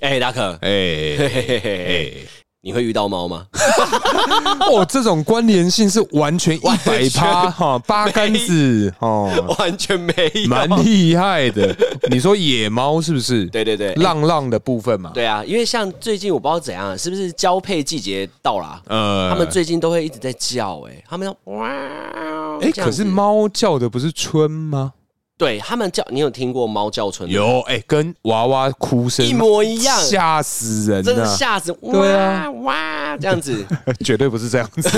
哎，达可，哎嘿嘿嘿嘿，哎，你会遇到猫吗？哦，这种关联性是完全一百趴哈，八竿子哦， 完全没有。蛮厉害的。你说野猫是不是？ 对对对，浪浪的部分嘛，对啊，因为像最近我不知道怎样，是不是交配季节到啦？呃他们最近都会一直在叫、欸，哎，他们要哇，哦哎，这样可是子，猫叫的不是春吗？对他们叫，你有听过猫叫春？，有哎，跟娃娃哭声一模一样，吓死人啊真的呐！吓死，对哇啊哇哦这样子，绝对不是这样子。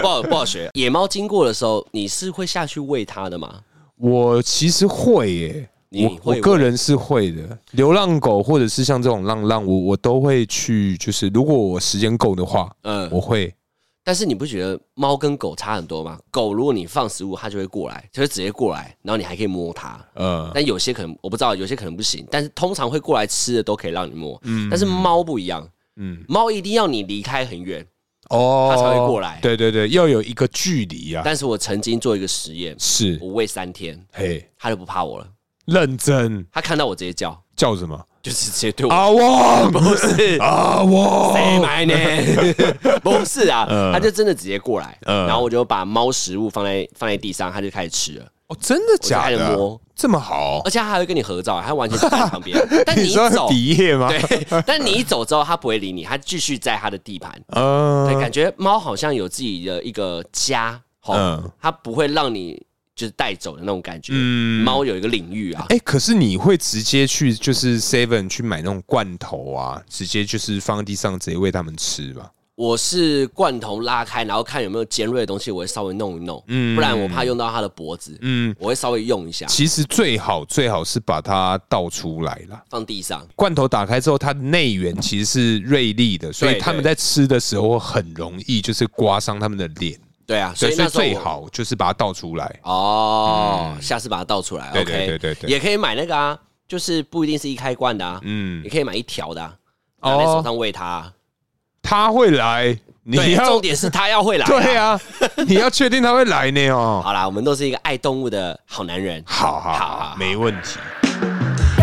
不好不好学。野猫经过的时候，你是会下去喂它的吗？我其实会耶，你我会我个人是会的。流浪狗或者是像这种浪浪，我我都会去，就是如果我时间够的话，嗯，我会。但是你不觉得猫跟狗差很多吗？狗如果你放食物，它就会过来，就会直接过来，然后你还可以摸它。呃，但有些可能我不知道，有些可能不行。但是通常会过来吃的都可以让你摸，但是猫不一样，嗯，猫一定要你离开很远。哦，它才会过来对对对，要有一个距离啊。但是我曾经做一个实验，是，我喂三天，嘿，它就不怕我了，认真它看到我直接叫，叫什么？就是直接对我，阿旺，嗯不啊是。阿旺，谁买呢？ 不是啊，嗯它就真的直接过来，嗯然后我就把猫食物放在放在地上，它就开始吃了，哦，真的假我就开始的摸啊？这么好而？且它还会跟你合照，它完全不在你旁 边。但你一说走，比耶吗？对，但你一走之后，它不会理你，它继续在它的地盘。对，呃，感觉猫好像有自己的一个家，吼，嗯它不会让你就是带走的那种感觉。嗯猫有一个领域啊，哎、可是你会直接去就是 Seven 去买那种罐头啊，直接就是放在地上直接喂它们吃吧？我是罐头拉开，然后看有没有尖锐的东西，我会稍微弄一弄，嗯不然我怕用到它的脖子，嗯，我会稍微用一下，其实最好最好是把它倒出来啦。放地上。罐头打开之后，它的内缘其实是锐利的，所以对它们在吃的时候很容易就是刮伤它们的脸。对啊，所对，以所以那时候最我好就是把它倒出来。哦，下次把它倒出来。对 OK，对对对对也可以买那个啊，就是不一定是一开罐的啊，嗯也，可以买一条的、啊，拿哦在手上喂它啊、它会来，你对，要重点是它要会来、对。啊，你要确定它会来呢哦。好啦，我们都是一个爱动物的好男 人。好好好好好，没问题。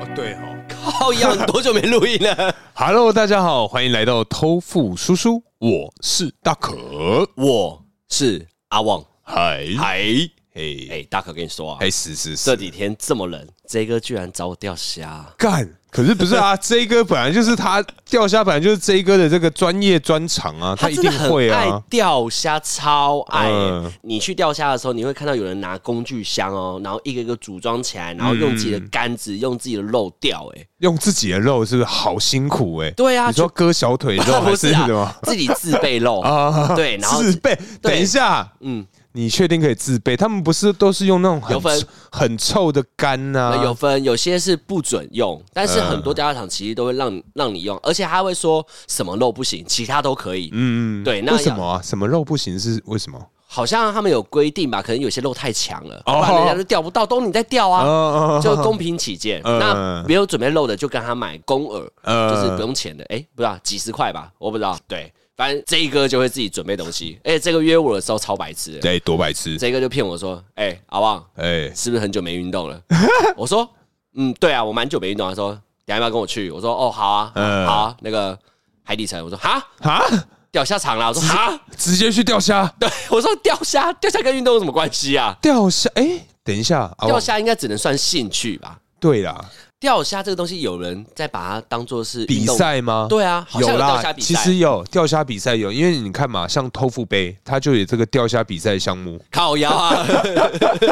哦，对哦。靠呀，你多久没录音了？ Hello，大家好，欢迎来到偷富叔叔，我是大可。 我是阿旺。嗨嗨，嘿，哎，大可跟你说啊，哎，是是这是，几天这么冷，这哥居然找我钓虾。干。可是不是 啊？J 哥本来就是他钓虾，本来就是 J 哥的这个专业专长啊，他一真的定很会啊爱。钓虾，超爱欸、嗯你去钓虾的时候，你会看到有人拿工具箱哦，然后一个一个组装起来，然后用自己的杆子、用自己的肉钓、欸。哎，用自己的肉是不是好辛苦哎、对啊你说割小腿肉 还不是是什啊么，自己自备肉 啊对，然后自备。对等一下，嗯，你确定可以自备？他们不是都是用那种很有分臭很臭的啊干呐、呃有分，有些是不准用，但是呃嗯很多家长其实都会让让你用，而且他会说什么肉不行，其他都可以。嗯，对那为什要么啊？什么肉不行是为什么？好像他们有规定吧，可能有些肉太强了，哦不然人家就钓不到，都你在钓啊。哦就公平起见，嗯那没有准备肉的就跟他买公饵，嗯就是不用钱的，哎、不知道几十块吧，我不知道，对，反正这一哥就会自己准备东西，哎、这个约我的时候超白痴的，对，哎多白痴！这一哥就骗我说，哎、阿旺哎、是不是很久没运动 了？我说，嗯，对啊，我蛮久没运动了，他说，等一下要不要跟我去？我说，哦，好啊，嗯好啊，那个海底城，我说，哈，啊，钓虾场啦，我说，哈，直接去钓虾， 对，我说钓虾，钓虾跟运动有什么关系啊？钓虾！哎、等一下，啊钓虾应该只能算兴趣吧？对啦，钓虾这个东西，有人在把它当做是运比动赛吗？对啊，好像有钓虾啦，比其赛。实有钓虾比赛有，因为你看嘛，像偷富杯，它就有这个钓虾比赛项目。靠腰 啊！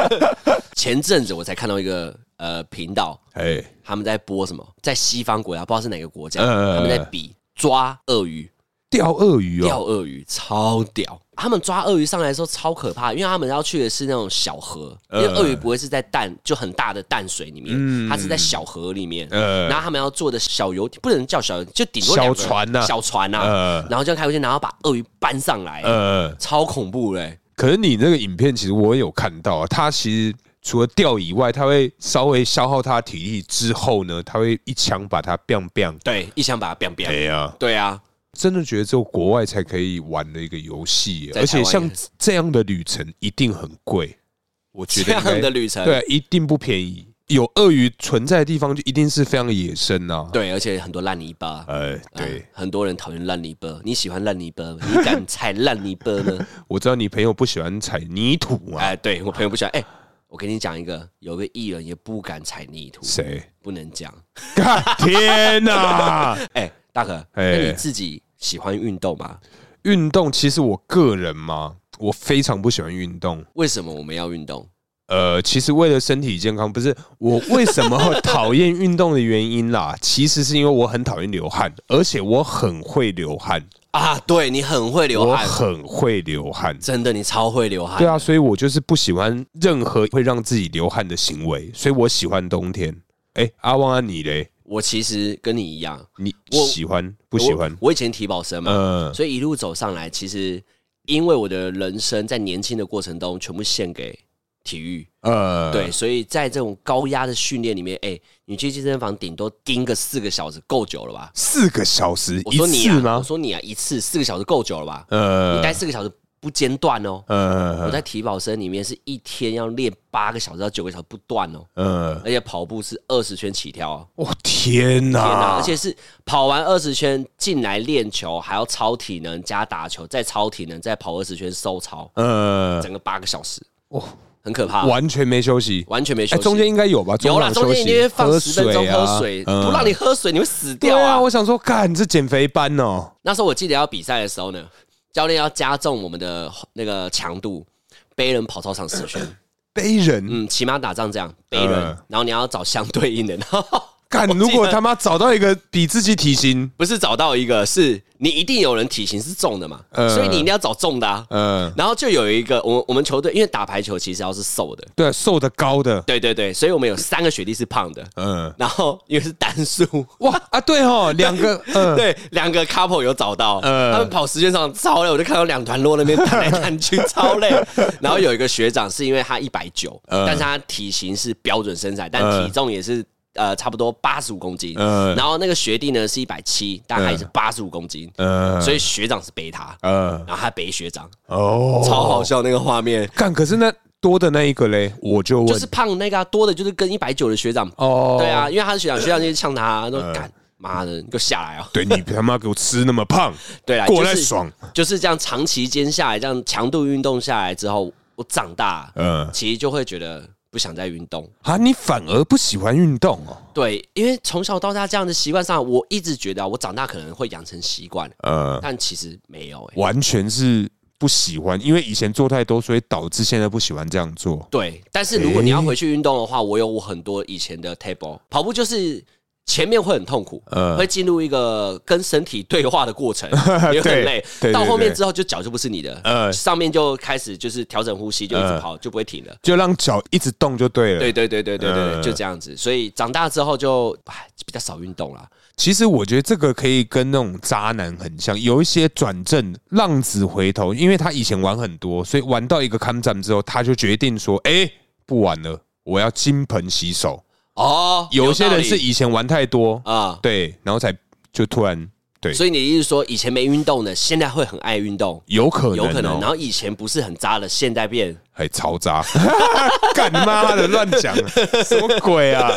前阵子我才看到一个呃频道，哎、他们在播什么，在西方国家，不知道是哪个国家，呃他们在比抓鳄鱼、钓鳄鱼钓哦，鳄鱼，超屌！他们抓鳄鱼上来的时候超可怕，因为他们要去的是那种小河，因为呃鳄鱼不会是在淡就很大的淡水里面，嗯它是在小河里面。然呃，后他们要坐的小游艇，不能叫小游艇，就顶多小两个人船呐小船呐、啊呃然后就开过去，然后把鳄鱼搬上来，呃，超恐怖嘞、可是你那个影片，其实我有看到、啊，它其实除了钓以外，它会稍微消耗它的体力之后呢，它会一枪把它 biang biang。哎对，一枪把它 biang biang。呀、对啊，真的觉得只有国外才可以玩的一个游戏耶，在而台湾也且像这样的旅程一定很贵，我觉这得应样该的旅程，对啊，一定不便宜。有鳄鱼存在的地方，就一定是非常野生啊。，对，而且很多烂泥巴。呃，嗯对，很多人讨厌烂泥巴，你喜欢烂泥巴吗，你敢踩烂泥巴吗？我知道你朋友不喜欢踩泥土啊。哎，对我朋友不喜欢。哎，我跟你讲一个，有个艺人也不敢踩泥土，谁？不能讲。干天哪、 哎、大哥，那哎你自己喜欢运动吗？运动其实我个人嘛，我非常不喜欢运动。为什么我们要运动？呃，其实为了身体健康，不是我为什么讨厌运动的原因 啦，其实是因为我很讨厌流汗，而且我很会流汗，啊，对你很会流我汗，很会流汗。真的，你超会流汗。对啊，所以我就是不喜欢任何会让自己流汗的行为，所以我喜欢冬天。哎、阿旺啊，你嘞？我其实跟你一样，你我喜欢不喜欢我？我以前体保生嘛，呃，所以一路走上来，其实因为我的人生在年轻的过程中，全部献给体育。呃，对，所以在这种高压的训练里面，哎、你去健身房顶多盯个四个小时，够久了吧？四个小时我一说你次啊，我吗？说你啊，一次四个小时够久了吧？你待呃，四个小时不间断哦。我呃，在体保生里面是一天要练八个小时到九个小时不断哦，呃，而且跑步是二十圈起跳哦，我天天哪！哪！而且是跑完二十圈进来练球，还要超体能加打球，再超体能，再跑二十圈收操，呃，整个八个小时，哦很可怕，完全没休息。啊完全没哎、休息。中间应该有吧？有啦，场中休间息一定会放喝十分钟啊喝水，嗯不让你喝水你会死对掉啊！我想说，干这减肥班哦，那时候我记得要比赛的时候呢，教练要加重我们的那个强度，背人跑操场十 圈，背人嗯，骑马打仗这样背人，嗯然后你要找相对 应的，然后干、我记得如果他妈找到一个比自己体型，不是找到一个是你一定有人体型是重的嘛，嗯所以你一定要找重的啊。呃，然后就有一个，我我们球队因为打排球其实要是瘦的，对，瘦的高的，对对对，所以我们有三个学弟是胖的，嗯，然后因为是单数，哇啊， 对哦，两个，嗯、对，两个 couple 有找到，呃他们跑十圈场超累，我就看到两团落那边弹来弹去，超 累。然后有一个学长是因为他一百九，嗯但是他体型是标准身材，但呃体重也是。呃，差不多八十五公斤，呃然后那个学弟呢是一百七，但他也是嗯八十五公斤，呃所以学长是背他，呃，然后他背学长，哦，超好笑那个画面，干，可是那多的那一个嘞，我就问，就是胖那个、啊、多的，就是跟一百九的学长，哦，嗯对啊，因为他是学长，学长就呛他，说干妈的，你给我下来哦。对你他妈给我吃那么胖，对啦，过来就是爽，就是这样长期间下来，这样强度运动下来之后，我长大，嗯、其实就会觉得不想再运动。啊，你反而不喜欢运动哦，对，因为从小到大这样的习惯上，我一直觉得啊我长大可能会养成习惯，呃，但其实没有、欸。完全是不喜欢，因为以前做太多，所以导致现在不喜欢这样做。对，但是如果你要回去运动的话，我有我很多以前的 table 跑步，就是前面会很痛苦，呃会进入一个跟身体对话的 过程，也很累对对。到后面对之后，就脚就不是你的，呃上面就开始就是调整呼吸，就一直呃跑，就不会停了。就让脚一直动就对了。对对对对对对，嗯就这样子。所以长大之后就唉比较少运动了。其实我觉得这个可以跟那种渣男很像，有一些转正浪子回头，因为他以前玩很多，所以玩到一个看站之后，他就决定说：“哎、不玩了，我要金盆洗手。哦”，有些道人理是以前玩太多，啊，对，然后才就突然对，所以你的意思是说，以前没运动的，现在会很爱运动，有可能、哦有可能。然哦后后以前不是很渣的，现在变还超渣， 干妈的乱讲，啊什么鬼啊？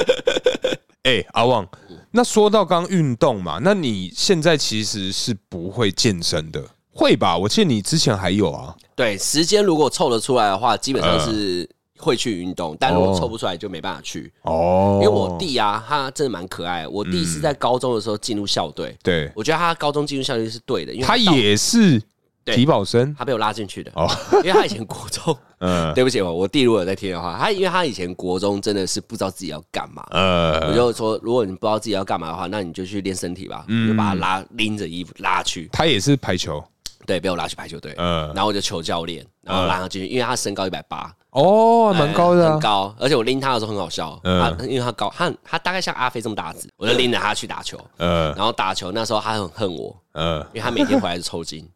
哎、阿旺，那说到刚运动嘛，那你现在其实是不会健身的，会吧？我记得你之前还有啊。对时间如果凑得出来的话，基本上是嗯会去运动，但如果凑不出来就没办法去。哦因嗯为我弟啊，他真的蛮可爱的。我弟是在高中的时候进入校队，对，我觉得他高中进入校队是对的，因为他到也是对体保生他被我拉进去的，哦，因为他以前国中。嗯对不起，我我弟如果有在听的话，他因为他以前国中真的是不知道自己要干嘛，我呃，就说，如果你不知道自己要干嘛的话，那你就去练身体吧，嗯就把他拉拎着衣服拉去，他也是排球，对，被我拉去排球队，呃，然后我就求教练，然后拉他进去，因为他身高一百八，哦，蛮高的呃啊很，高，而且我拎他的时候很好笑，嗯他因为他高，他他大概像阿飞这么大只，我就拎着他去打球，呃然后打球那时候他很恨我，呃，因为他每天回来就抽筋。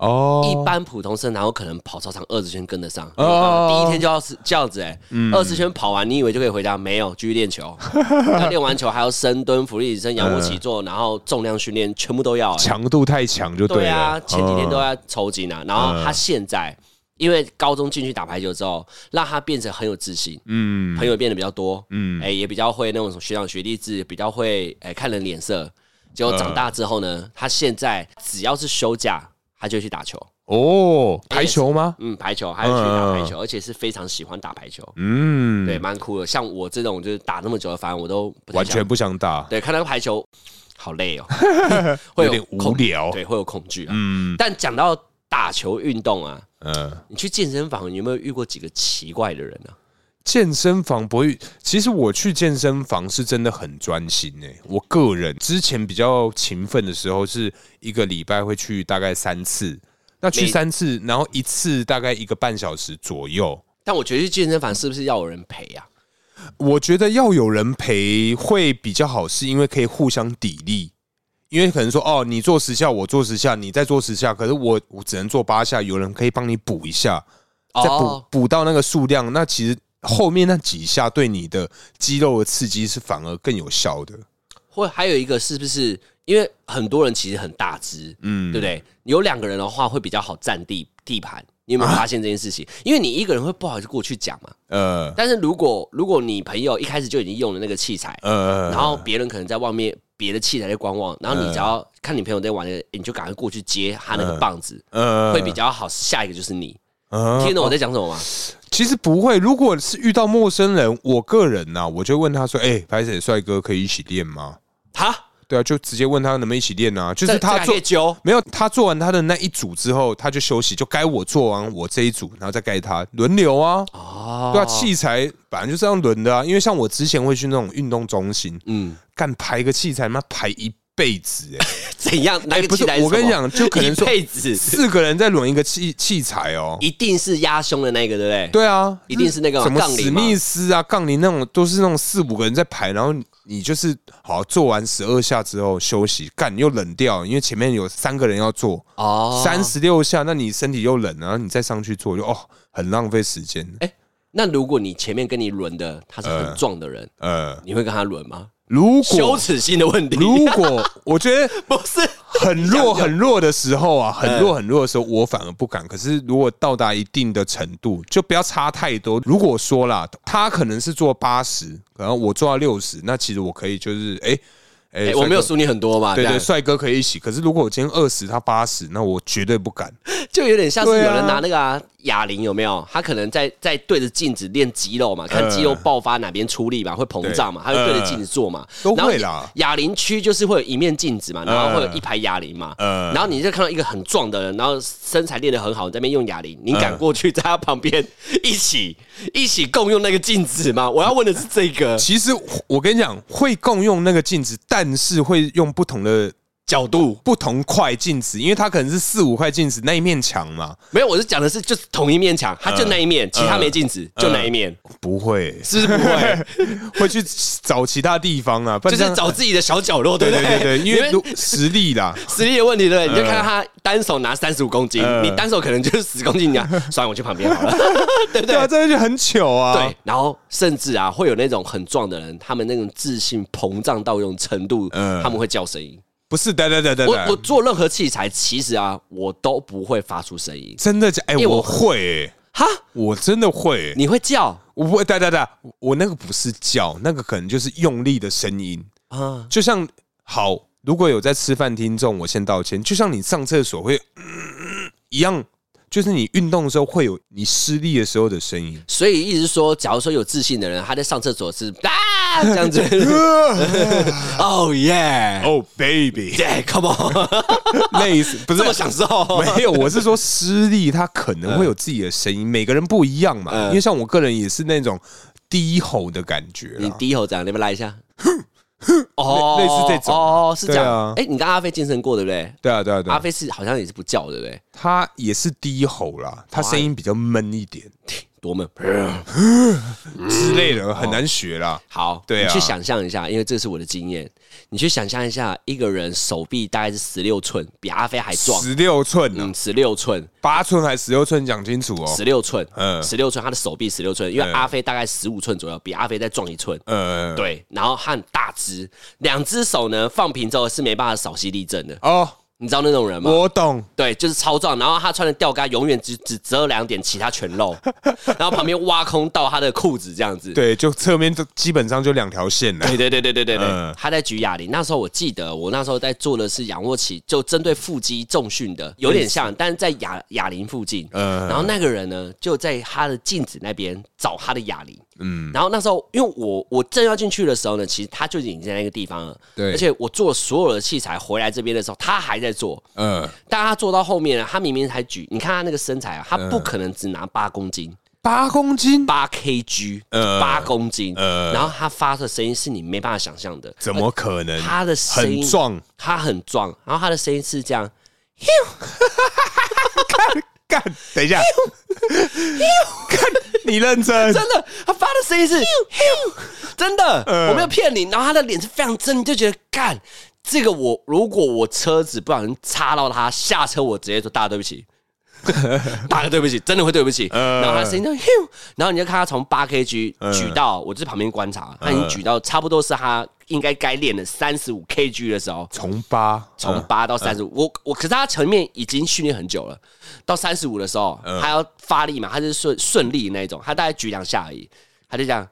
哦，一般普通生哪有可能跑操场二十圈跟得上？哦嗯第一天就要是这样子哎、二十、圈跑完，你以为就可以回家？没有，继续练 球。那练完球还要深蹲、俯卧撑、仰卧起坐，然后重量训练，全部都要、欸。强度太强就对了。啊，前几天都嗯在抽筋啊。然后他现在因为高中进去打排球之后，让他变成很有自信，嗯朋友变得比较多，嗯哎、也比较会那种什么学长学弟制，比较会哎、看人脸色。结果嗯长大之后呢，他现在只要是休假，他就去打球。哦，排球吗？嗯，排球，还有去打排球，而且是非常喜欢打排球，嗯，对，，蛮酷的。像我这种就是打那么久的，反正我都不太完想全不想打，对，看到排球好 累哦，会有点无恐，聊。对，会有恐惧啊。嗯但讲到打球运动啊，嗯，你去健身房，你有没有遇过几个奇怪的人啊？健身房不会。其实我去健身房是真的很专心诶、我个人之前比较勤奋的时候，是一个礼拜会去大概三次。那去每三次，然后一次大概一个半小时左右。但我觉得去健身房是不是要有人陪啊？我觉得要有人陪会比较好，是因为可以互相砥砺。因为可能说哦，你做十下，我做十下，你再做十下，可是我我只能做八下，有人可以帮你补一下，再补哦，补到那个数量，那其实后面那几下对你的肌肉的刺激是反而更有效的。或还有一个是不是因为很多人其实很大只，嗯，对不对？有两个人的话会比较好占地地盘。你啊有没有发现这件事情？因为你一个人会不好意思过去讲嘛。呃但是如果如果你朋友一开始就已经用了那个器材，呃，然后别人可能在外面别的器材在观望，然后你只要看你朋友在玩的，你就赶快过去接他那个棒子，呃会比较好。下一个就是你，呃听得懂我在讲什么吗？其实不会，如果是遇到陌生人，我个人呐、我就问他说：“哎、拍摄帅哥可以一起练吗好，？”对啊，就直接问他能不能一起练啊，就是这这他还做可以揪，没有，他做完他的那一组之后，他就休息，就该我做完我这一组，然后再该他轮流啊，哦对啊，器材本来就这样轮的啊。因为像我之前会去那种运动中心，嗯，干排个器材，妈排一辈子哎、怎样？哪个不是器材？我跟你，讲，就可能一说辈子四个人在轮一个器器材哦，一定是压胸的那个，对不对？对啊，一定是那个嘛什么杠史铃嘛密斯啊、杠铃那种，都是那种四五个人在排，然后你就是好做完十二下之后休息，干你又冷掉，因为前面有三个人要做，哦，三十六下，那你身体又冷，然后你再上去做，就哦，很浪费时间。哎、那如果你前面跟你轮的他是嗯很壮的人，呃，你会跟他轮吗？ 如羞果耻心的问题，如果我觉得 不是很弱很弱的时候啊，嗯很弱很弱的时候，我反而不敢。可是如果到达一定的程度，就不要差太多。如果说啦，他可能是做八十，然后我做到六十，那其实我可以就是哎哎、哎、帅哥我没有输你很多嘛，对这对，样帅哥可以一起。可是如果我今天二十，他八十，那我绝对不敢。就有点像是对啊有人拿那个啊哑铃、有没有？他可能在在对着镜子练肌肉嘛，看肌肉爆发哪边出力嘛，会膨胀嘛，他嗯对嗯就对着镜子做嘛，都会然后啦嗯哑铃区就是会有一面镜子嘛，然后会有一排哑铃嘛，呃然后你就看到一个很壮的人，然后身材练得很好，你在那边用哑铃，你敢过去在他旁边一起 一起共用那个镜子吗？我要问的是这个其实我跟你讲，会共用那个镜子，但是会用不同的角度，不同块镜子，因为它可能是四五块镜子那一面墙嘛，没有，我是讲的是就是同一面墙，他嗯就那一面，其他没镜子，就那一面，不会、是不是不会？会去找其他地方啊，不就然是这样找自己的小角落，对对不对 对对，因你为们如实 力啦，实力的问题，对不对？你就看到他单手拿三十五公斤，嗯你单手可能就是十公斤，你讲， 算了，我去旁边好 了。对啊，这样就很糗啊。对，然后甚至啊，会有那种很壮的人，他们那种自信膨胀到一种程度，嗯他们会叫声音。不是，对对对对我我对，做任何器材，其实啊，我都不会发出声音。真的假？哎，因为我我会、欸，哈，我真的会、欸，你会叫我不会，对对对，我那个不是叫，那个可能就是用力的声音，啊？。就像好，如果有在吃饭听众，我先道歉。就像你上厕所会、嗯一样，就是你运动的时候会有你失力的时候的声音 所以意思是说，假如说有自信的人，他在上厕所 是啊这样子，Oh yeah，哦、baby，对，Come on，类似不是 这么享受。 没有，我是说失力，它可能会有自己的声音，每个人不一样嘛。嗯因为像我个人也是那种低吼的感觉你啦，低吼这样，你们来一下。哦，类类似这种哦，是这对样啊。哎，你跟阿飞健身过对不对？对啊，对啊，对阿啊，飞是好像也是不叫对不对？他也是低吼啦，他声音比较闷一点。多闷。 之类哦的，很难学啦。好，对啊你去想象一下，因为这是我的经验，你去想象一下，一个人手臂大概是十六寸，比阿飞还壮，十六寸呢嗯，，十六寸，八寸还十六寸，讲清楚哦。十六寸，嗯十六寸，他的手臂十六寸，因为阿飞大概十五寸左右，比阿飞再壮一寸。呃，对，然后他很大只，两只手呢放平之后是没办法扫吸地震的，哦，你知道那种人吗？我懂，对，就是超壮，然后他穿的吊嘎永远只只只有两点，其他全露，然后旁边挖空到他的裤子这样子。对，就侧面就基本上就两条线了。对对对对对对对，嗯他在举哑铃，那时候我记得我那时候在做的是仰卧起，就针对腹肌重训的，有点像，但是在哑哑铃附近。哎嗯然后那个人呢，就在他的镜子那边找他的哑铃。嗯，然后那时候，因为我我正要进去的时候呢，其实他就已经在那个地方了。对而且我做所有的器材回来这边的时候，他还在做。呃，但他做到后面呢，他明明才举，你看他那个身材啊，嗯他不可能只拿八公斤，八公斤，八 kg，嗯八公斤，嗯然后他发出的声音是你没办法想象的，怎么可能？他呃的声音很壮，他很壮，然后他的声音是这 样，干，等 一下，干，你认真，真的，他发的声音 是，真的，呃我没有骗你。然后他的脸是非常真，你就觉得干这个我，如果我车子不小心擦到他，下车我直接说大家对不 起。大哥，对不起，真的会对不起。呃然后他声音就，然后你就看他从八 kg 举到，我就在旁边观察，他已呃经举到差不多是他应该该练的三十五 kg 的时候，从八，从八到三十五，我我可是他前面已经训练很久了，到三十五的时候，他要发力嘛，他是顺顺利那一种，他大概举两下而已，他就这样，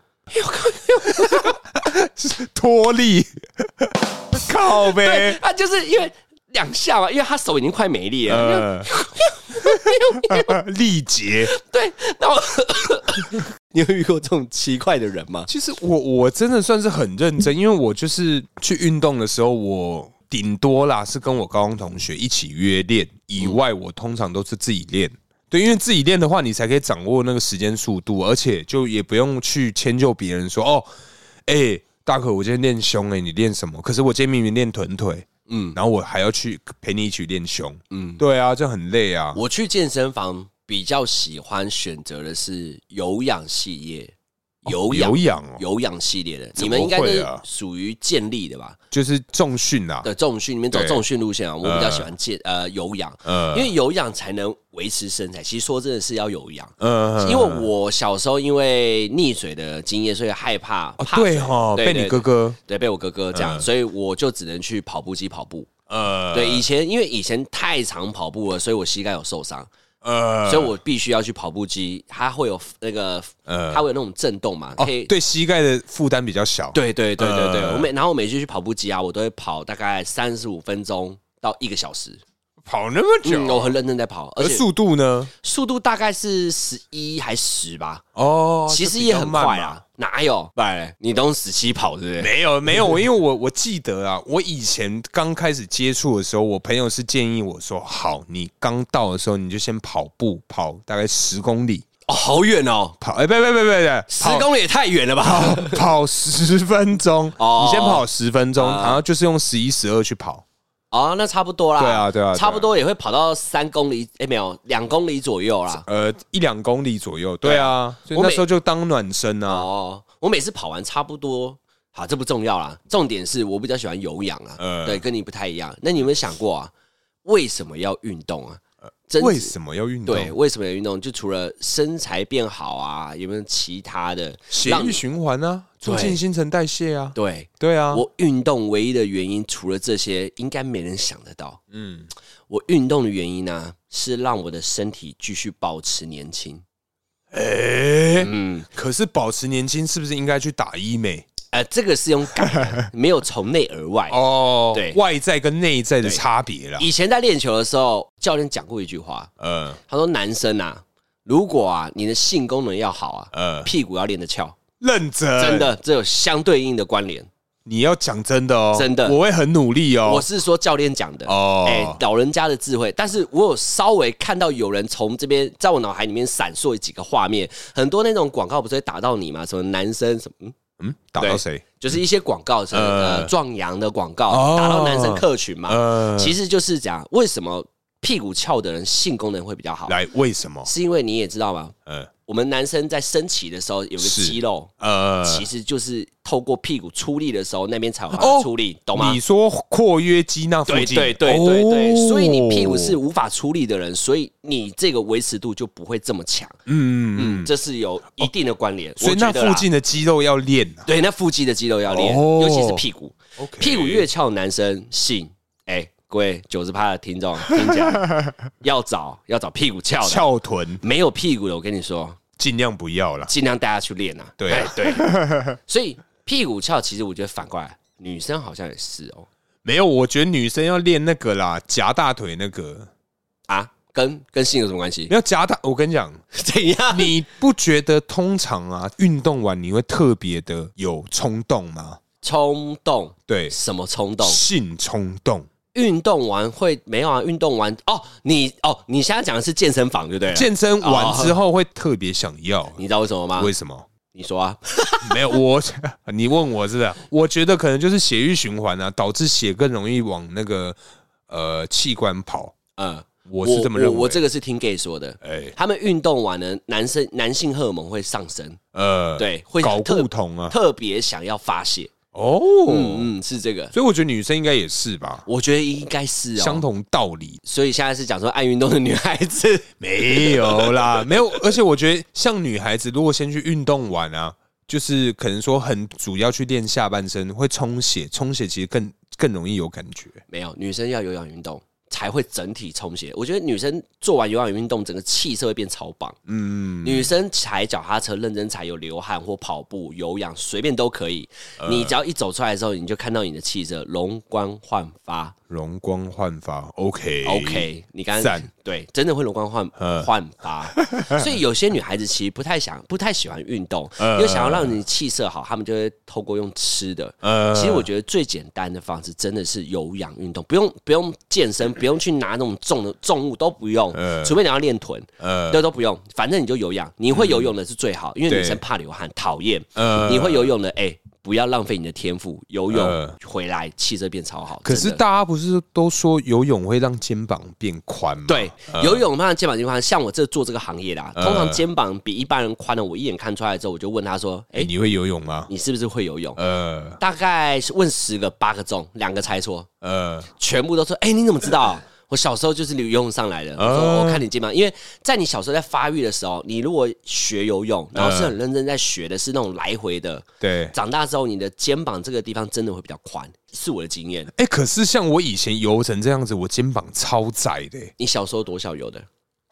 脱力，靠对呗，他就是因为两下嘛，因为他手已经快没力了，呃， 力竭。对，那我 你有遇过这种奇怪的人吗？其实我我真的算是很认真，因为我就是去运动的时候，我顶多啦是跟我高中同学一起约练，以外我通常都是自己练。对，因为自己练的话，你才可以掌握那个时间速度，而且就也不用去迁就别人说哦，哎、大可，我今天练胸、哎，你练什么？可是我今天明明练臀腿，嗯，然后我还要去陪你一起练胸，嗯，对啊，这很累啊。我去健身房比较喜欢选择的是有氧系列，有氧有氧哦，有氧系列的，你么们应该都会是啊属于健力的吧？就是重训啊，的重训，你们走对嗯重训路线啊，我比较喜欢健呃有氧，呃因为有氧才能维持身材。其实说真的是要有氧，嗯，因为我小时候因为溺水的经验，所以害怕哦怕对水哈，对被对你哥嗯哥对被我哥哥这样，所以我就只能去跑步机跑步。呃对，以前因为以前太常跑步了，所以我膝盖有受伤，呃所以我必须要去跑步机，它会有那个它会有那种震动嘛，嗯哦可以，对膝盖的负担比较小。，对对对对对，呃我每然后我每次去跑步机啊，我都会跑大概三十五分钟到一个小时。跑那么嗯，我久，很认真在跑，而而且速度呢？速度大概是十一还十吧，哦，其就实比也较很慢快嘛。啊，哪有？拜，你都十七跑对不对？没有 没有，因为我我记得啊，我以前刚开始接触的时候，我朋友是建议我说，好，你刚到的时候你就先跑步，跑大概十公里，哦，好远哦，跑哎，不不不不十不，跑公里也太远了 吧？跑跑十分钟， 哦啊你先跑十分钟，然后就是用十一十二去跑，哦，那差不多啦。对啊对啊对啊差不多也会跑到三公里，哎，没有，两公里左右啦。呃，一两公里左右。对啊，所以我那每时候就当暖身啊。哦，我每次跑完差不多，好，这不重要啦。重点是我比较喜欢有氧啊，呃对，跟你不太一样。那你有没有想过啊，为什么要运动啊？真为什么要运动？啊对，为什么有运动？就除了身材变好啊，有没有其他的血让液循环啊，促对进新陈代谢啊，对对啊，我运动唯一的原因，除了这些，应该没人想得到。嗯，我运动的原因呢、是让我的身体继续保持年轻。哎、嗯，可是保持年轻是不是应该去打医美？呃，这个是用感 染，没有从内而外。哦，对外在跟内在的差别啦，以前在练球的时候，教练讲过一句话，呃他说：“男生啊，如果啊你的性功能要好啊，呃，屁股要练得翘，认真，真，的，这有相对应的关联。”你要讲真的哦，真的我会很努力哦，我是说教练讲的哦，哦哎、老人家的智慧。但是我有稍微看到有人从这边在我脑海里面闪烁几个画面，很多那种广告不是会打到你吗？什么男生什么，嗯嗯，打到谁？就是一些广告，什么呃呃壮阳的广告，哦打到男生客群嘛。呃，其实就是讲为什么屁股翘的人性功能会比较好，来，为什么？是因为你也知道吗？呃，我们男生在升起的时候有个是肌肉，呃，其实就是透过屁股出力的时候，那边才有办哦法出力，懂吗你？说括约肌那附对近，对对对对，哦所以你屁股是无法出力的人，所以你这个维持度就不会这么强，嗯嗯嗯，哦嗯，这是有一定的关联。所以我那觉得啊啦附近的肌肉要练啊。对那腹肌的肌肉要练，哦尤其是屁股， OK 屁股越翘，男生性哎，各位九十趴的听众听讲， 要找要找屁股翘的，翘臀没有屁股的，我跟你说，尽量不要啦。尽量大家去练啊。对啊哎对，所以屁股翘，其实我觉得反过来，女生好像也是哦 没有，我觉得女生要练那个啦，夹大腿那个。啊，跟跟性有什么关系？ 没有夹大，我跟你讲，怎样？你不觉得通常啊，运动完你会特别的有冲动吗？冲动？对，什么冲动？性冲动。运动完会没有啊？运动完哦，你哦，你现在讲的是健身房就对了。啊哦健身完之后会特别想要，你知道为什么吗为？什么？你说啊，没有我， 你问我是不是？我觉得可能就是血液循环啊，导致血更容易往那个呃器官跑。嗯，我是这么认为。我我这个是听 gay 说的，哎他们运动完呢，男生男性荷尔蒙会上升，呃，对，会搞特不同啊。特别想要发泄。哦，嗯嗯，是这个，所以我觉得女生应该也是吧，我觉得应该是哦。相同道理。所以现在是讲说爱运动的女孩子，没有 啦，没有。而且我觉得，像女孩子如果先去运动完啊，就是可能说很主要去练下半身，会充血，充血其实更更容易有感觉。没有女生要有氧运动才会整体充血。我觉得女生做完有氧运动，整个气色会变超棒。嗯，女生踩脚踏车认真踩，有流汗或跑步、有氧，随便都可以。你只要一走出来的时候，你就看到你的气色容光焕发。容光焕发，OK OK，你刚刚赞对，真的会容光焕呃焕 发。所以有些女孩子其实不太想、不太喜欢运动，呃又想要让你气色好，她们就会透过用吃的。呃其实我觉得最简单的方式真的是有氧运动，不用不用健身，不用去拿那种重的重物都不用，呃除非你要练臀，呃对都不用，反正你就有氧，你会游泳的是最好，因为对女生怕流汗，讨厌。呃你会游泳的，哎、不要浪费你的天赋，游泳呃回来气色变超好。可是真的大家不是都说游泳会让肩膀变宽吗？对，游泳嘛，肩膀就宽。像我这做这个行业啊啦，通常肩膀比一般人宽的，我一眼看出来之后，我就问他说：“哎、哎、你会游泳吗？你是不是会游泳？”呃大概是问十个八个中，两个猜错，呃，全部都说：“哎、你怎么知道？” 我小时候就是游泳上来的。我说：“我看你肩膀，因为在你小时候在发育的时候，你如果学游泳，然后是很认真在学的，是那种来回的。对。长大之后，你的肩膀这个地方真的会比较宽，是我的经验。哎、可是像我以前游成这样子，我肩膀超窄的、你小时候多小游的？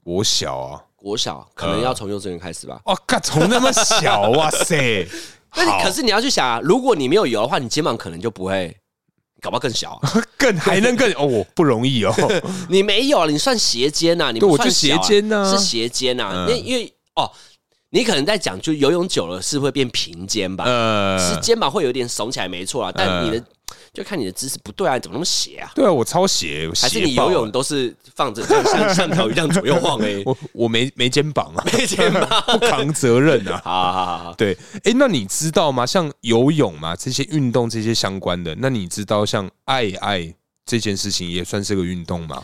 我小啊，国小可能要从幼稚园开始吧。哇，哦干，从那么小，哇 塞！但好是可是你要去想啊，如果你没有油的话，你肩膀可能就不会，搞不好更小啊、 更还能更哦，我不 容易哦。你没有啊，你算斜肩呐、啊，你对不我算就小啊斜肩啊是斜肩呐、啊。那、因为哦，你可能在讲，就游泳久了是会变平肩吧？是呃，肩膀会有点耸起来，没错啊。但呃你的、就看你的姿势不对啊，你怎么那么斜啊？对啊，我超斜，还是你斜爆游泳都是放着这样像像条鱼这样左右晃欸而 已？我我没没肩膀啊， 没肩膀。 不扛责任啊。好好好好，对，哎、那你知道吗？像游泳嘛，这些运动这些相关的，那你知道像爱爱这件事情也算是个运动吗？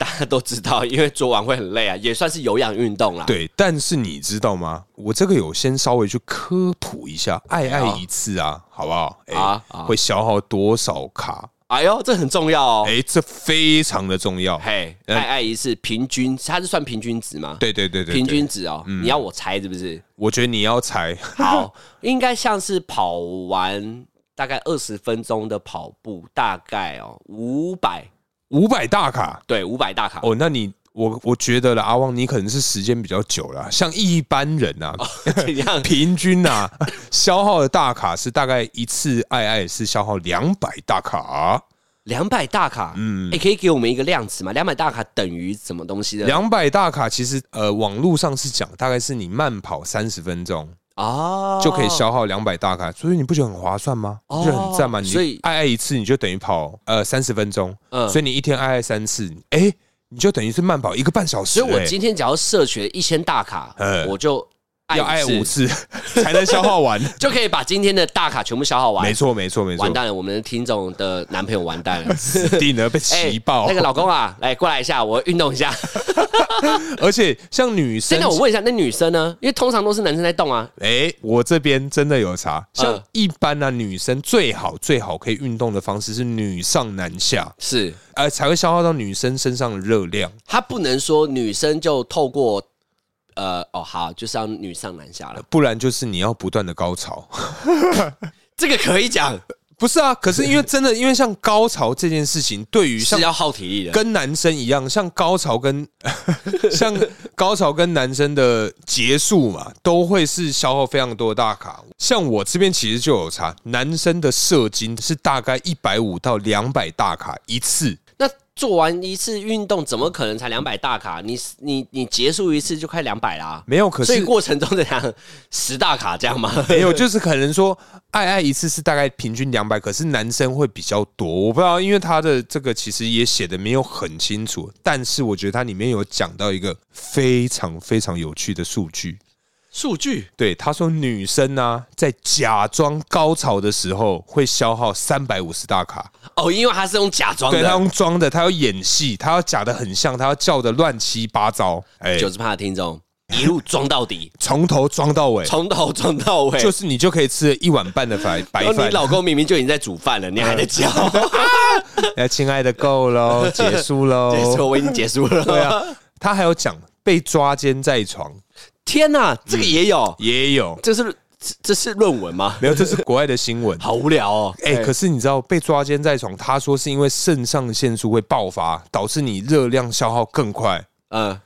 大家都知道，因为昨晚会很累啊，也算是有氧运动啦。，对，但是你知道吗？我这个有先稍微去科普一下，爱爱好一次啊，好不好？哎、啊啊会消耗多少卡？哎呦，这很重要哦。哎、这非常的重要。嘿，嗯爱爱一次平均，它是算平均值吗？，对对对对，平对嗯均值哦。你要我猜是不 是？我觉得你要猜，好，应该像是跑完大概二十分钟的跑步，大概哦五百， 五百大卡对，五百大卡。 哦，那你我我觉得了，阿旺，你可能是时间比较久了，像一般人啊，哦 怎 样？平均啊消耗的大卡是大概一次爱爱是消耗两百大卡，两百大卡，嗯，哎，可以给我们一个量词吗？两百大卡等于什么东西的？两百大卡其实呃网络上是讲大概是你慢跑三十分钟哦，就可以消耗两百大卡，所以你不觉得很划算吗？哦不觉得很赞吗？你所以爱爱一次你就等于跑呃三十分钟，嗯所以你一天爱爱三次，哎、你就等于是慢跑一个半小时、所以我哎今天只要摄取了一千大卡哎，我就爱要爱五次 才能消化完。就可以把今天的大卡全部消耗 完没。错，没错，没错完， 蛋了，我们的听众的男朋友完蛋了。死定了，被骑爆哎 那。个老公 啊，来过来一下，我运动一下。而且像女生现在，我问一下，那女生呢？因为通常都是男生在动啊。哎，我这边真的有查，像嗯一般呢，女生最好最好可以运动的方式是女上男下，是，呃，才会消耗到女生身上的热量。他不能说女生就透过，呃，哦，好，就是要女上男下了，不然就是你要不断的高潮。这个可以讲，不是啊，可是因为真的，因为像高潮这件事情，对于像 是要啊耗体力的。跟男生一样，像高潮跟 像高潮跟男生的结束嘛，都会是消耗非常多的大卡。像我这边其实就有查，男生的射精是大概一百五到两百大卡一次。那做完一次运动，怎么可能才两百大卡？你你你结束一次就快两百啦。没有，可所以是过程中怎 样十大卡这样吗？没有，就是可能说爱爱一次是大概平均两百，可是男生会比较多。我不知道，因为他的这个其实也写的没有很清楚，但是我觉得它里面有讲到一个非常非常有趣的数据。数据对，他说女生呢、在假装高潮的时候会消耗三百五十大卡。哦，因为他是用假装对，他的。用装的，他要演戏，他要假的很像，他要叫的乱七八糟，哎、九十趴的听 众一路装到底，从头装到尾，从头装到尾。就是你就可以吃一碗半的白白然后饭哦你。老公明明就已经在煮饭了，你还在 叫， 哎，亲爱的，够喽，结束喽。结束我已经结束了。对啊，他还有讲被抓奸在床天哪，这个也有，也有，这是这这是论文吗？没有，这是国外的新闻。好无聊哦。哎、可是你知道被抓奸在床，他说是因为肾上腺素会爆发，导致你热量消耗更快。嗯，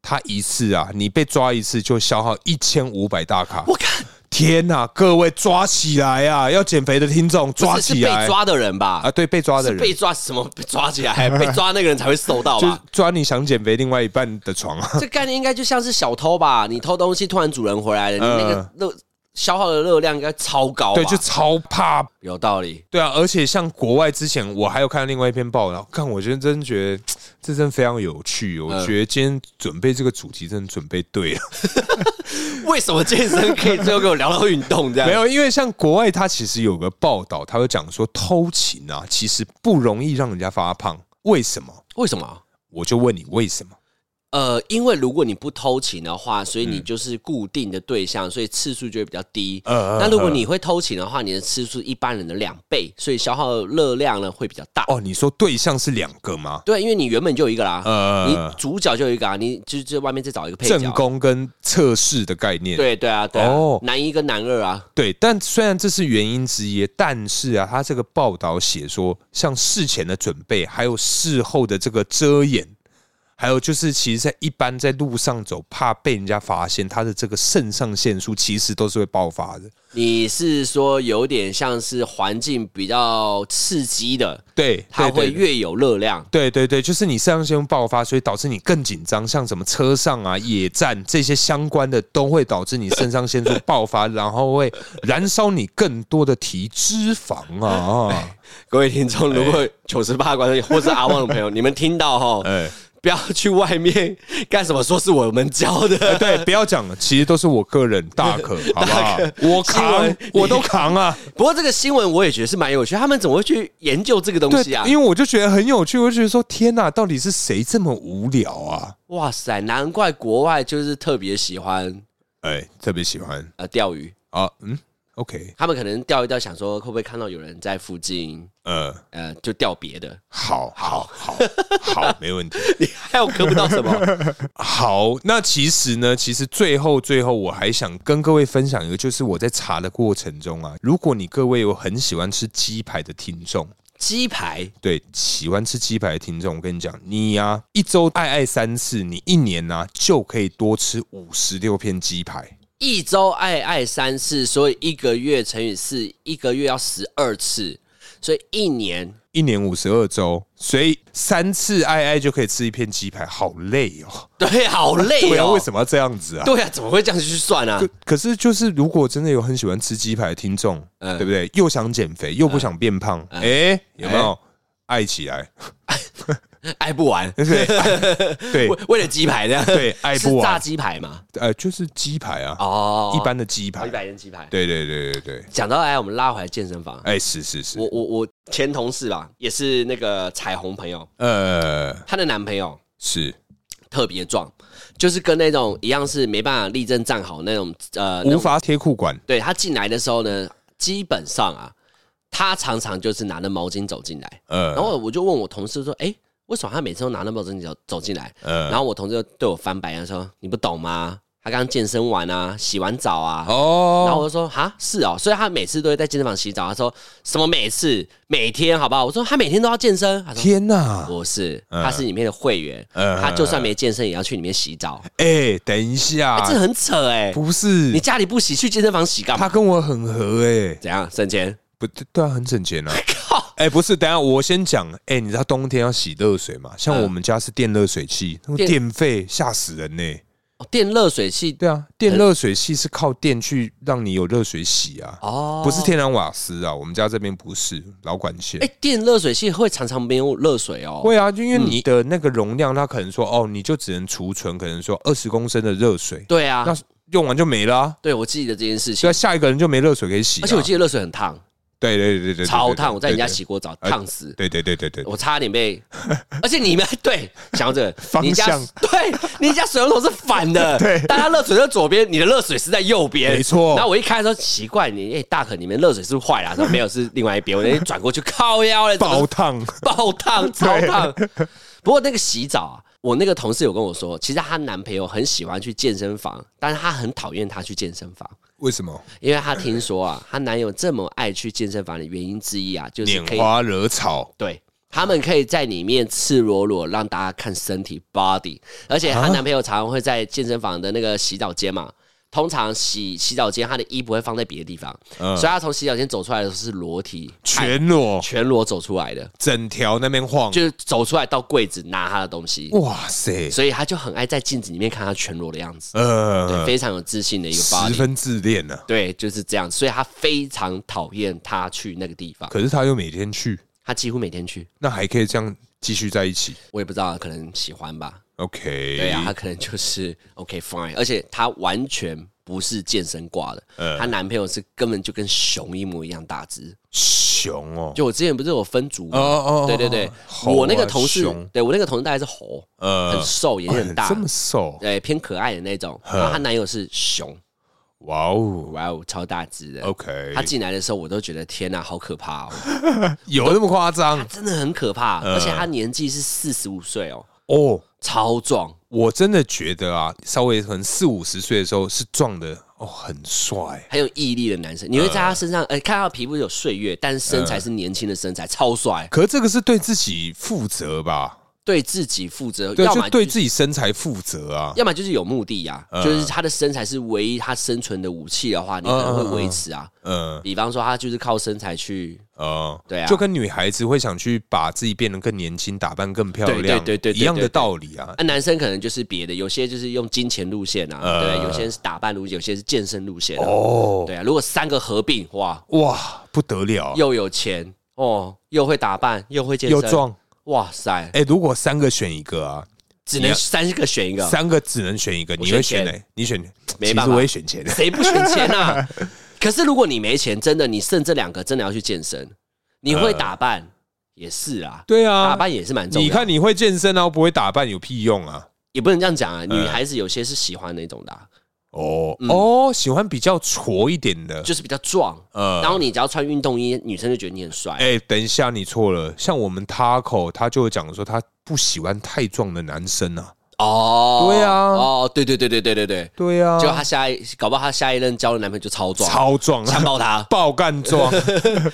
他一次啊，你被抓一次就消耗一千五百大卡。我看天呐、各位抓起来啊！要减肥的听众抓这是起被来抓的人吧啊！？对，被抓是的人被抓什么？被抓起 来，被抓那个人才会收到就是吧？抓你想减肥另外一半的床啊！这概念应该就像是小偷吧？你偷东西，突然主人回来了，你那个热消耗的热量应该超高吧？对，就超怕。有道理。对啊，而且像国外之前我还有看到另外一篇报道，看我觉得真觉得这真非常有趣。我觉得今天准备这个主题真的准备对了。为什么健身可以最后给我聊到运动这样？没有，因为像国外，它其实有个报道，它有讲说偷情啊，其实不容易让人家发胖。为什么？为什么？我就问你为什么？呃，因为如果你不偷情的话，所以你就是固定的对象，所以次数就会比较低。呃那如果你会偷情的话，你的次数一般人的两倍，所以消耗热量呢会比较大。哦，你说对象是两个吗？对，因为你原本就有一个啦，呃你主角就有一个啊，你就就外面再找一个配正角。啊宫跟测试的概念，对对啊，对啊，哦男一跟男二啊，对但虽然这是原因之一，但是啊，他这个报道写说，像事前的准备，还有事后的这个遮掩，还有就是，其实，在一般在路上走，怕被人家发现，他的这个肾上腺素其实都是会爆发的。你是说有点像是环境比较刺激的，对，它对对会对越有热量。对对对，就是你肾上腺素爆发，所以导致你更紧张，像什么车上啊、野战这些相关的，都会导致你肾上腺素爆发，然后会燃烧你更多的体脂肪啊。各位听众，如果九十八观众或是阿旺的朋友，你们听到 哈，哎，不要去外面干什么，说是我们教的。 对，不要讲了，其实都是我个人大 可，好不好？我新扛闻，我都扛啊。 不过这个新闻我也觉得是蛮有趣，他们怎么会去研究这个东 对西啊，？因为我就觉得很有趣，我就觉得说，天哪，到底是谁这么无聊啊？哇塞，难怪国外就是特别喜欢哎，特别喜欢呃钓鱼，啊，嗯，OK，他们可能钓一钓，想说会不会看到有人在附近，呃，呃，就钓别的。 好好好 好，没问题。你还有磕不到什 么？好，那其实呢，其实最后最后，我还想跟各位分享一个，就是我在查的过程中啊，如果你各位有很喜欢吃鸡排的听众，鸡排对，喜欢吃鸡排的听众，我跟你讲，你呀、一周爱爱三次，你一年呢、就可以多吃五十六片鸡排。一周爱爱三次，所以一个月乘以四，一个月要十二次，所以一年一年五十二周，所以三次爱爱就可以吃一片鸡排，好累哦！对，好累对啊，哦。为什么要这样子啊？对呀、怎么会这样子去算 啊可？可是，就是如果真的有很喜欢吃鸡排的听众，嗯对不对？又想减肥，又不想变胖，哎、有没有、爱起来？爱不完， 对对为为了鸡排这样，对爱不是炸完，鸡排嘛？呃，就是鸡排啊，哦，一般的鸡排一，百元鸡排。对对对对对，讲到哎来，我们拉回来健身房，哎，是是是我，我我前同事吧，也是那个彩虹朋友，呃，她的男朋友是特别壮，就是跟那种一样是没办法立正站好那种，呃，那无种法贴裤管，对他进来的时候呢，基本上啊，他常常就是拿着毛巾走进来，然呃后我就问我同事说：“哎、为什么他每次都拿那毛巾走走进来？”呃，然后我同事就对我翻白眼说：“你不懂吗？他刚健身完啊，洗完澡啊。”然后哦，我就说：“哈，是哦，所以他每次都会在健身房洗澡。”他说：“什么每次？每天好不好？”我说：“他每天都要健身。”他说天：“哪，不是，他是里面的会员，嗯他就算没健身也要去里面洗澡，哎，等一下，这很扯哎、不是你啊家里不洗，去健身房洗干嘛？他跟我很合哎，怎样省钱？不对对啊，很省钱啊。 靠！哎，不是，等一下我先讲。哎，你知道冬天要洗热水吗？像嗯我们家是电热水器，那个电电费吓死人呢。哦，电热水器对啊，电热水器是靠电去让你有热水洗啊，哦，不是天然瓦斯啊。我们家这边不是老管线哎、。电热水器会常常没有热水哦。会啊，就因为你的那个容量，它可能说哦，你就只能储存，可能说二十公升的热水，对啊那，用完就没了、啊，对我记得这件事情所以，下一个人就没热水可以洗啊、而且我记得热水很烫，对对对对对对，超对烫，我在人家，洗过澡，哎烫死。对对对对对对，我差点被，而且你们对想到这个，方你家向对，你家水龙头是反的， 对但它热水在左边，你的热水是在右边，没错然后我一开始说奇怪，你哎、大可你们热水是不是坏了？他说没有，是另外一边。我那天转过去靠腰嘞，怎么是爆烫，爆烫，超烫。不过那个洗澡啊，我那个同事有跟我说，其实她男朋友很喜欢去健身房，但是她很讨厌她去健身房，为什么？因为她听说啊，她男友这么爱去健身房的原因之一啊，就是拈可以哎花惹草，对。他们可以在里面赤裸裸让大家看身体 body，而且啊她男朋友常常会在健身房的那个洗澡间嘛，通常洗洗澡间她的衣不会放在别的地方，嗯所以她从洗澡间走出来的时候是裸体全裸，全裸走出来的。整条那边晃，就是走出来到柜子拿他的东西，哇塞，所以他就很爱在镜子里面看他全裸的样子，对，呃，非常有自信的一个十 body，分自恋呢、啊。对，就是这样，所以他非常讨厌他去那个地方，可是他又每天去，他几乎每天去，那还可以这样继续在一起我也不知道，可能喜欢吧， ，OK？对啊，他可能就是 OK fine，而且他完全不是健身挂的，嗯她男朋友是根本就跟熊一模一样大只，熊哦，就我之前不是有分组哦吗？哦，哦对对对，猴啊我那个同事熊，对我那个同事大概是猴，呃很瘦，眼睛很大这，么瘦，嗯对，偏可爱的那种。然后她男友是熊，哇哦哇哦，超大只的。 ，OK，他进来的时候，我都觉得天哪、好可 怕哦！有那么夸他张真的很可怕，嗯而且他年纪是四十五岁哦，哦？超壮。我真的觉得啊，稍微可能四五十岁的时候是壮的哦，很帅，很有毅力的男生，你会在他身上，呃，看到皮肤有岁月，但是呃身材是年轻的身材，超帅，可是这个是对自己负责吧？对自己负责，对，要就么对呃就自己身材负责啊。要么就是有目的呀、就是他的身材是唯一他生存的武器的话，你可呃能会维持啊。嗯比方说，他就是靠身材去，呃，对啊就跟女孩子会想去把自己变得更年轻，打扮更漂亮，对对对对对一样对的对道理啊。啊，男生可能就是别的，有些就是用金钱路线啊，呃对，有些人是打扮路线，有些是健身路线、啊。哦，对啊，如果三个合并，哇，哇，不得了，啊又有钱哦，又会打扮，又会健又身，壮。哇塞，哎，如果三个选一个啊，只你能要三个选一个，三个只能选一个，你选会选钱哪？你选？没其办实法我也选钱。谁不选钱 啊？可是如果你没钱，真的你剩这两个，真的要去健身，你会打扮、也是啊，呃对啊，打扮也是蛮重要你的。看你会健身然啊后不会打扮有屁用啊？也不能这样讲啊，女孩子有些是喜欢那种的啊、哦、哦，喜欢比较矬一点的，就是比较壮，呃然后你只要穿运动衣，女生就觉得你很帅。哎、等一下，你错了。像我们 Taco，他就有讲说他不喜欢太壮的男生啊。哦，对啊哦，对对对对对对对，对啊，就她下一，搞不好她下一任交的男朋友就超壮，超 壮，强爆他。 爆干 壮。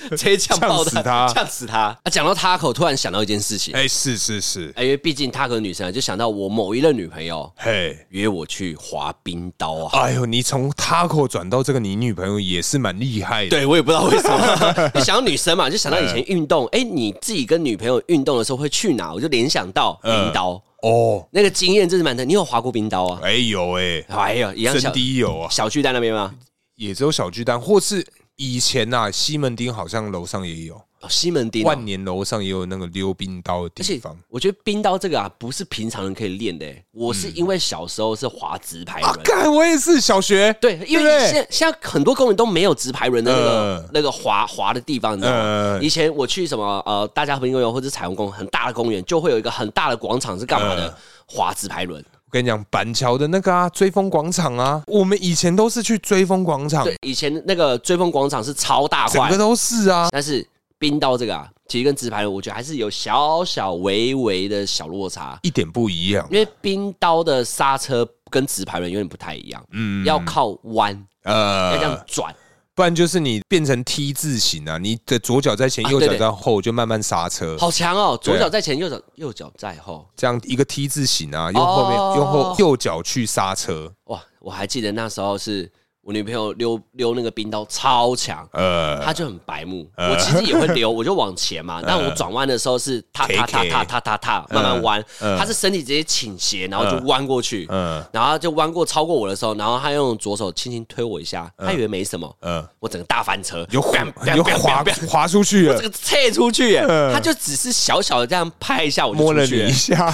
直接呛爆呛死他呛死他。啊，讲到 Taco，突然想到一件事情，哎、是是是，哎，因为毕竟 Taco 女生啊，就想到我某一任女朋友嘿，约我去滑冰刀啊。哎呦，你从 Taco 转到这个你女朋友也是蛮厉害的。，对，我也不知道为什么，就 想到女生嘛，就想到以前运动，哎、你自己跟女朋友运动的时候会去哪？我就联想到冰刀，哦，那个经验真是蛮的。你有滑过冰刀啊？哎有哎、哎呀，一样真小的有啊，小巨蛋那边吗？也只有小巨蛋，或是以前呐、啊，西门町好像楼上也有。哦西门町哦万年楼上也有那个溜冰刀的而地且方。我觉得冰刀这个啊，不是平常人可以练的、欸。我是因为小时候是滑直排轮，啊，干，我也是小学，对，因为对不对现在现在很多公园都没有直排轮的那个、呃那个滑滑的地方，你知道吗？呃以前我去什么呃大家和平公园或者彩虹公园很大的公园，就会有一个很大的广场是干嘛的？嗯滑直排轮。我跟你讲，板桥的那个啊，追风广场啊，我们以前都是去追风广场，对，以前那个追风广场是超大整块个，都是啊。但是冰刀这个啊，其实跟直排轮我觉得还是有小小微微的小落差，一点不一样，因为冰刀的刹车跟直排轮有点不太一样，嗯，要靠弯，要这呃，样转。不然就是你变成 T 字形啊，你的左脚在前，右对脚对在后，就慢慢刹车，好强哦！左对啊脚在前，右脚右脚在后。这样一个 T 字形啊，用后面哦用后右脚去刹车，哇，我还记得那时候是我女朋友溜溜那个冰刀超强，呃，她就很白目。我其实也会溜，我就往前 嘛，但我转弯的时候是踏踏踏踏踏踏踏慢慢弯，呃她是身体直接倾斜，然后就弯过去，嗯然后就弯过超过我的时候，然后她用左手轻轻推我一下，她以为没什么，嗯，我整个大翻车， 有呃滑 bang bang 有 bang 滑 bang bang 滑出去这了，个切出去耶，嗯她就只是小小的这样拍一下我就摸了出你去一耶，下，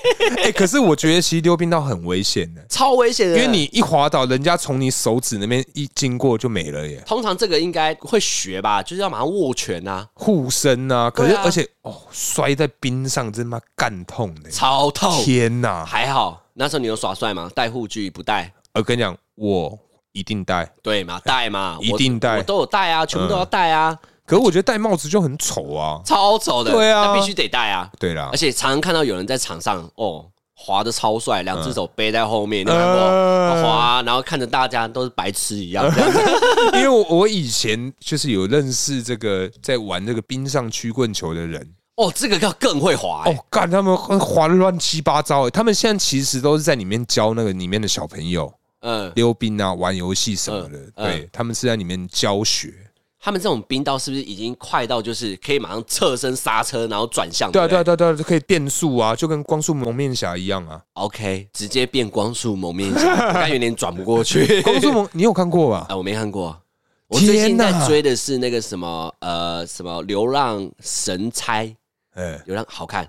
哎，可是我觉得其实溜冰道很危险的，超危险的，因为你一滑倒，人家从你手指那边一经过就没了耶，通常这个应该会学吧，就是要马上握拳啊，护身啊，可是对啊而且哦，摔在冰上真他妈干痛的，超痛。天哪！还好那时候你有耍帅吗？带护具不带？我跟你讲，我一定戴。对嘛，带嘛，哎一我定带嗯我都有带啊，全部都要带啊，可是我觉得戴帽子就很丑啊。超丑的，对啊那必须得带啊。对啦 而，且常常看到有人在场上哦。滑的超帅，嗯两只手背在后面，你有看呃过？滑，然后看着大家都是白痴一样，这样 子因为我我以前就是有认识这个在玩这个冰上曲棍球的人，哦，这个要更会滑欸哦，干他们滑的乱七八糟欸，他们现在其实都是在里面教那个里面的小朋友嗯，溜冰啊、玩游戏什么的嗯，嗯对他们是在里面教学。他们这种冰刀是不是已经快到就是可以马上侧身刹车，然后转向？对啊，不对啊，对啊，对啊，就可以变速啊，就跟光速蒙面侠一样啊。 OK，直接变光速蒙面 侠，我感觉有点转不过去。光速蒙，你有看过吧？啊，我没看过。我最近天在哪追的是那个什么呃什么《流浪神差》，哎，流浪好看，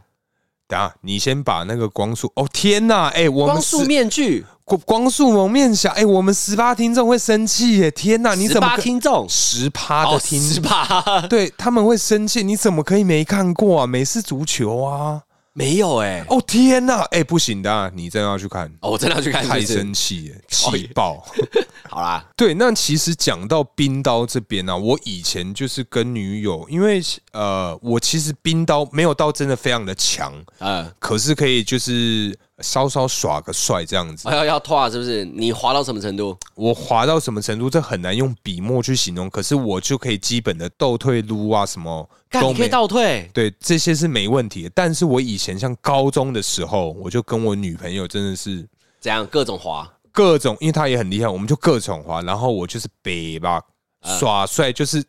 等一下你先把那个光速，哦天哪，哎，我们光速十面具，光光速蒙面侠，哎、我们十八听众会生气耶！天哪，你十怎么八听众十趴哦的听十众？ 八对他们会生气，你怎么可以没看过啊？美式足球啊！没有哎、哦天哪，哎、不行的啊、你真的要去看，哦，我真的要去看太是不是生气耶，气爆！好啦，对，那其实讲到冰刀这边呢、啊，我以前就是跟女友，因为呃，我其实冰刀没有到真的非常的强，呃，可是可以就是稍稍耍个帅这样子。要要脱啊，是不是？你滑到什么程度？我滑到什么程度，这很难用笔墨去形容。可是我就可以基本的倒退撸啊，什么干，都你可没以。倒退，对，这些是没问题的。但是我以前像高中的时候，我就跟我女朋友真的是怎样？各种滑， 各种，因为她也很厉害，我们就各种滑。然后我就是北吧耍帅，就是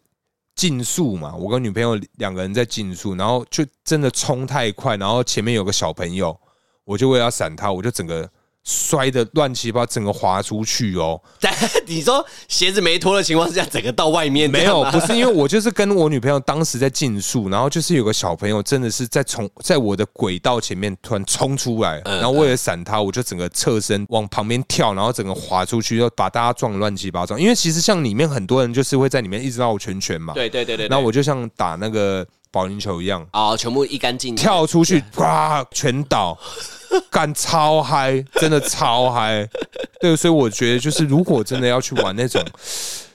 竞速嘛。我跟女朋友两个人在竞速，然后就真的冲太快，然后前面有个小朋友，我就为了要闪他，我就整个摔的乱七八，整个滑出去哦。但你说鞋子没脱的情况下，整个到外面没这样有，吗不是因为我就是跟我女朋友当时在竞速，然后就是有个小朋友真的是在从在我的轨道前面突然冲出来，嗯然后为了闪他，我就整个侧身往旁边跳，然后整个滑出去，又把大家撞得乱七八糟。因为其实像里面很多人就是会在里面一直绕圈圈嘛，对对对对，然那后我我就像打那个保龄球一样啊，全部一干净净。跳出去，哇，全倒。 干超嗨，真的超嗨，对，所以我觉得就是，如果真的要去玩那种，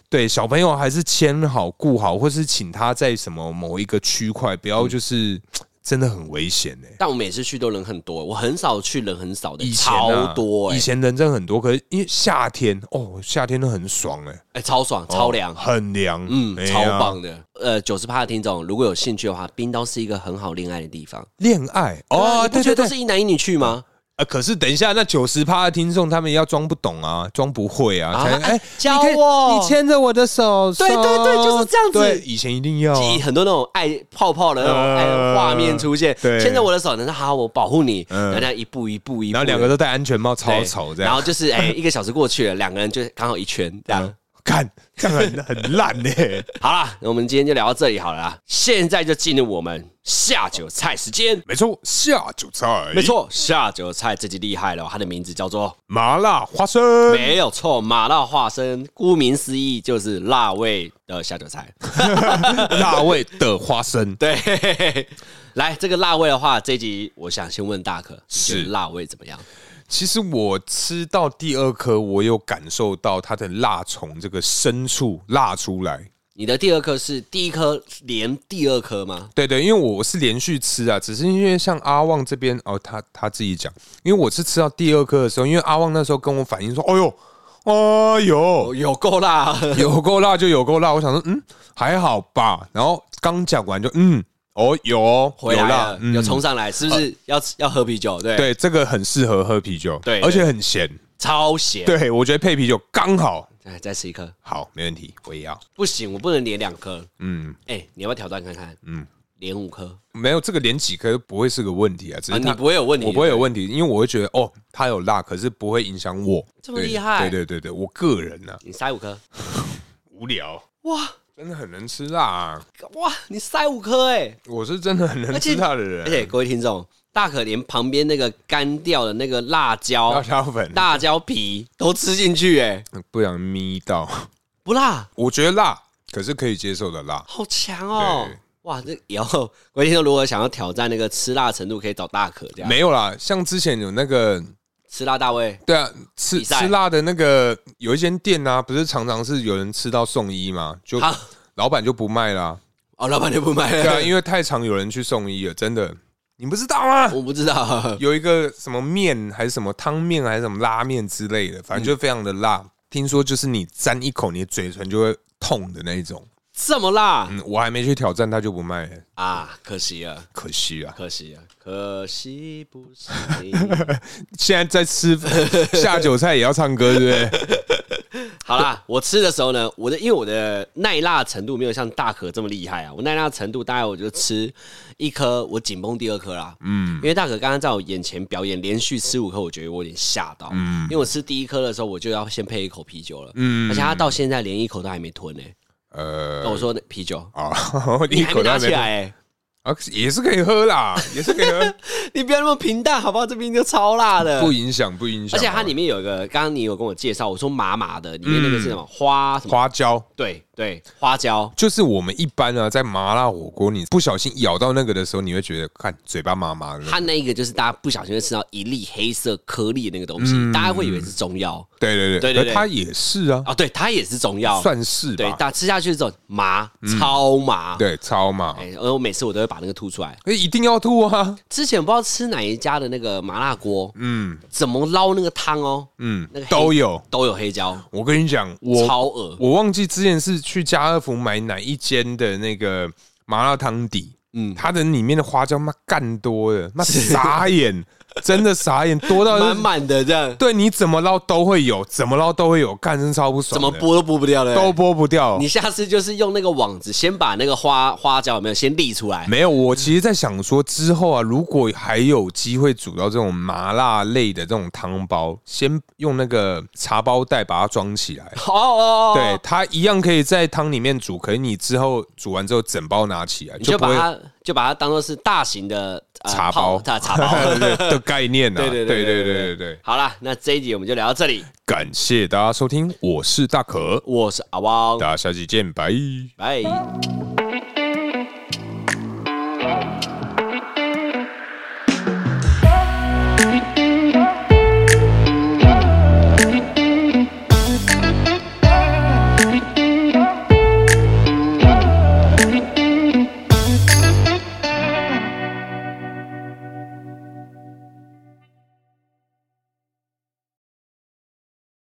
对小朋友还是牵好、顾好，或是请他在什么某一个区块，嗯不要就是、真的很危险呢、但我每次去都人很多，我很少去人很少的，以前、啊、超多哎、以前人真的很多，可是因为夏天哦，夏天都很爽哎、哎、超爽，超凉。很凉，嗯，哎呀超。棒的。呃，九十趴的听众，如果有兴趣的话，冰刀是一个很好恋爱的地方。恋爱啊哦，你不对觉得对都，对是一男一女去吗？啊，可是等一下，那九十趴的听众他们要装不懂啊，装不会啊，啊才哎哎、教你可以我你牵着我的手，对对对手就是这样子对，以前一定要啊、记忆很多那种爱泡泡的那种呃爱画面出现，哦对牵着我的手，然后好，我保护你，嗯然后这样一步一步一步，然后两个都戴安全帽，超对丑这然样 嗯后。就是哎，一个小时过去了，两个人就刚好一圈这样。看这样很 很烂呢、好啦，那我们今天就聊到这里好了啦。现在就进入我们下酒菜时间。没错，下酒菜，没，错，下酒菜这集厉害了，它的名字叫做麻辣花生，没有错，麻辣花生。顾名思义，就是辣味的下酒 菜。 辣味的花生。对，来这个辣味的话，这一集我想先问大可，你觉得是辣味怎么样？其实我吃到第二颗，我有感受到它的辣从这个深处辣出来。你的第二颗是第一颗连第二颗吗？对对，因为我是连续吃啊，只是因为像阿旺这边哦，他他自己讲，因为我是吃到第二颗的时候，因为阿旺那时候跟我反映说，哎呦，哎呦，有够 辣，有够辣就有够辣，我想说，嗯，还好吧。然后刚讲完就，嗯，哦，有哦，回有来辣了，，嗯有冲上来，是不是要吃要喝啤酒？对，对，这个很适合喝啤酒，对而且很咸，超咸。对我觉得配啤酒刚好，哎，再吃一颗，好，没问题，我也要，不行，我不能连两颗。嗯，哎，你要不要挑战看看？嗯，连五颗没有这个连几颗不会是个问题啊，只啊，是它你不会有问题，我不会有问题，因为我会觉得哦，它有辣，可是不会影响我。这么对厉害对对对对，我个人呢、啊、你塞五颗，无聊，哇真的很能吃辣、啊，哇，你塞五颗哎！我是真的很能吃辣的人而。且各位听众，大可连旁边那个干掉的那个辣辣椒、椒粉辣椒皮都吃进去哎，不想眯到， 不辣，我觉得辣，可是可以接受的辣。好强哦对！哇，这以后各位听众如果想要挑战那个吃辣程度，可以找大可这样没有啦，像之前有那个，吃辣大卫。对啊，吃比赛吃辣的那个，有一间店啊，不是常常是有人吃到送医嘛，就啊老板就不卖啦、哦，老板就不卖对 啊，了，因为太常有人去送医了，真的，你不知道啊吗？我不知道。有一个什么面还是什么汤面还是什么拉面之类的，反正就非常的辣。听说就是你沾一口，你的嘴唇就会痛的那一种。这么辣、嗯，我还没去挑战，它就不卖了，啊！可惜了，可惜啊！可惜了，可惜不是你。现在 在吃下酒菜也要唱歌，对不对？好啦，我吃的时候呢，我的因为我的耐辣程度没有像大可这么厉害啊，我耐辣程度大概我就吃一颗，我紧绷第二颗啦。嗯，因为大可刚刚在我眼前表演连续吃五颗，我觉得我有点吓到。嗯，因为我吃第一颗的时候，我就要先配一口啤酒了。嗯，而且他到现在连一口都还没吞呢、那呃，我说那啤酒，啊， 你一还没口拿都起没来、欸，啊，也是可以喝 啦，也是可以喝，你不要那么平淡好不好？这冰就超辣的，不啊影响，不影响。嗯而且它里面有一个，刚刚你有跟我介绍，我说麻麻的，里面那个是什么、花什么？花椒。对对，花椒。就是我们一般呢、啊，在麻辣火锅，你不小心咬到那个的时候，你会觉得看嘴巴麻麻的，它那一个就是大家不小心会吃到一粒黑色颗粒的那个东西，嗯大家会以为是中药对对对，对对对而它也是啊，啊，对，它也是中药，算是对，吧，嗯大家吃下去之后麻，超麻，，对，超嘛，哎，而我每次我都会把那个吐出来。欸一定要吐啊！之前不知道吃哪一家的那个麻辣锅，嗯怎么捞那个汤哦，嗯那个，黑都有。都有黑椒，我跟你讲，我超恶我忘记之前是去家乐福买哪一间的那个麻辣汤底，嗯嗯，它的里面的花椒妈干多了，妈 傻眼，真的傻眼，多到满满的这样，对你怎么捞都会有，怎么捞都会有，干真超不爽怎么的，剥都剥不掉的，都剥不掉你。下次就是用那个网子，先把那个花花椒有没有先沥出来？没有，我其实在想说，之后啊，如果还有机会煮到这种麻辣类的这种汤包，先用那个茶包袋把它装起来，哦哦，哦对，，它一样可以在汤里面煮，可是你之后煮完之后整包拿起来，你就不把会它就把它当做是大型的、呃茶泡包茶茶包。 对的概念啊。对对对对对对对对对对， 好啦，那这一集我们就聊到这里。感谢大家收听，我是大可，我是阿汪，大家下期见，拜。拜。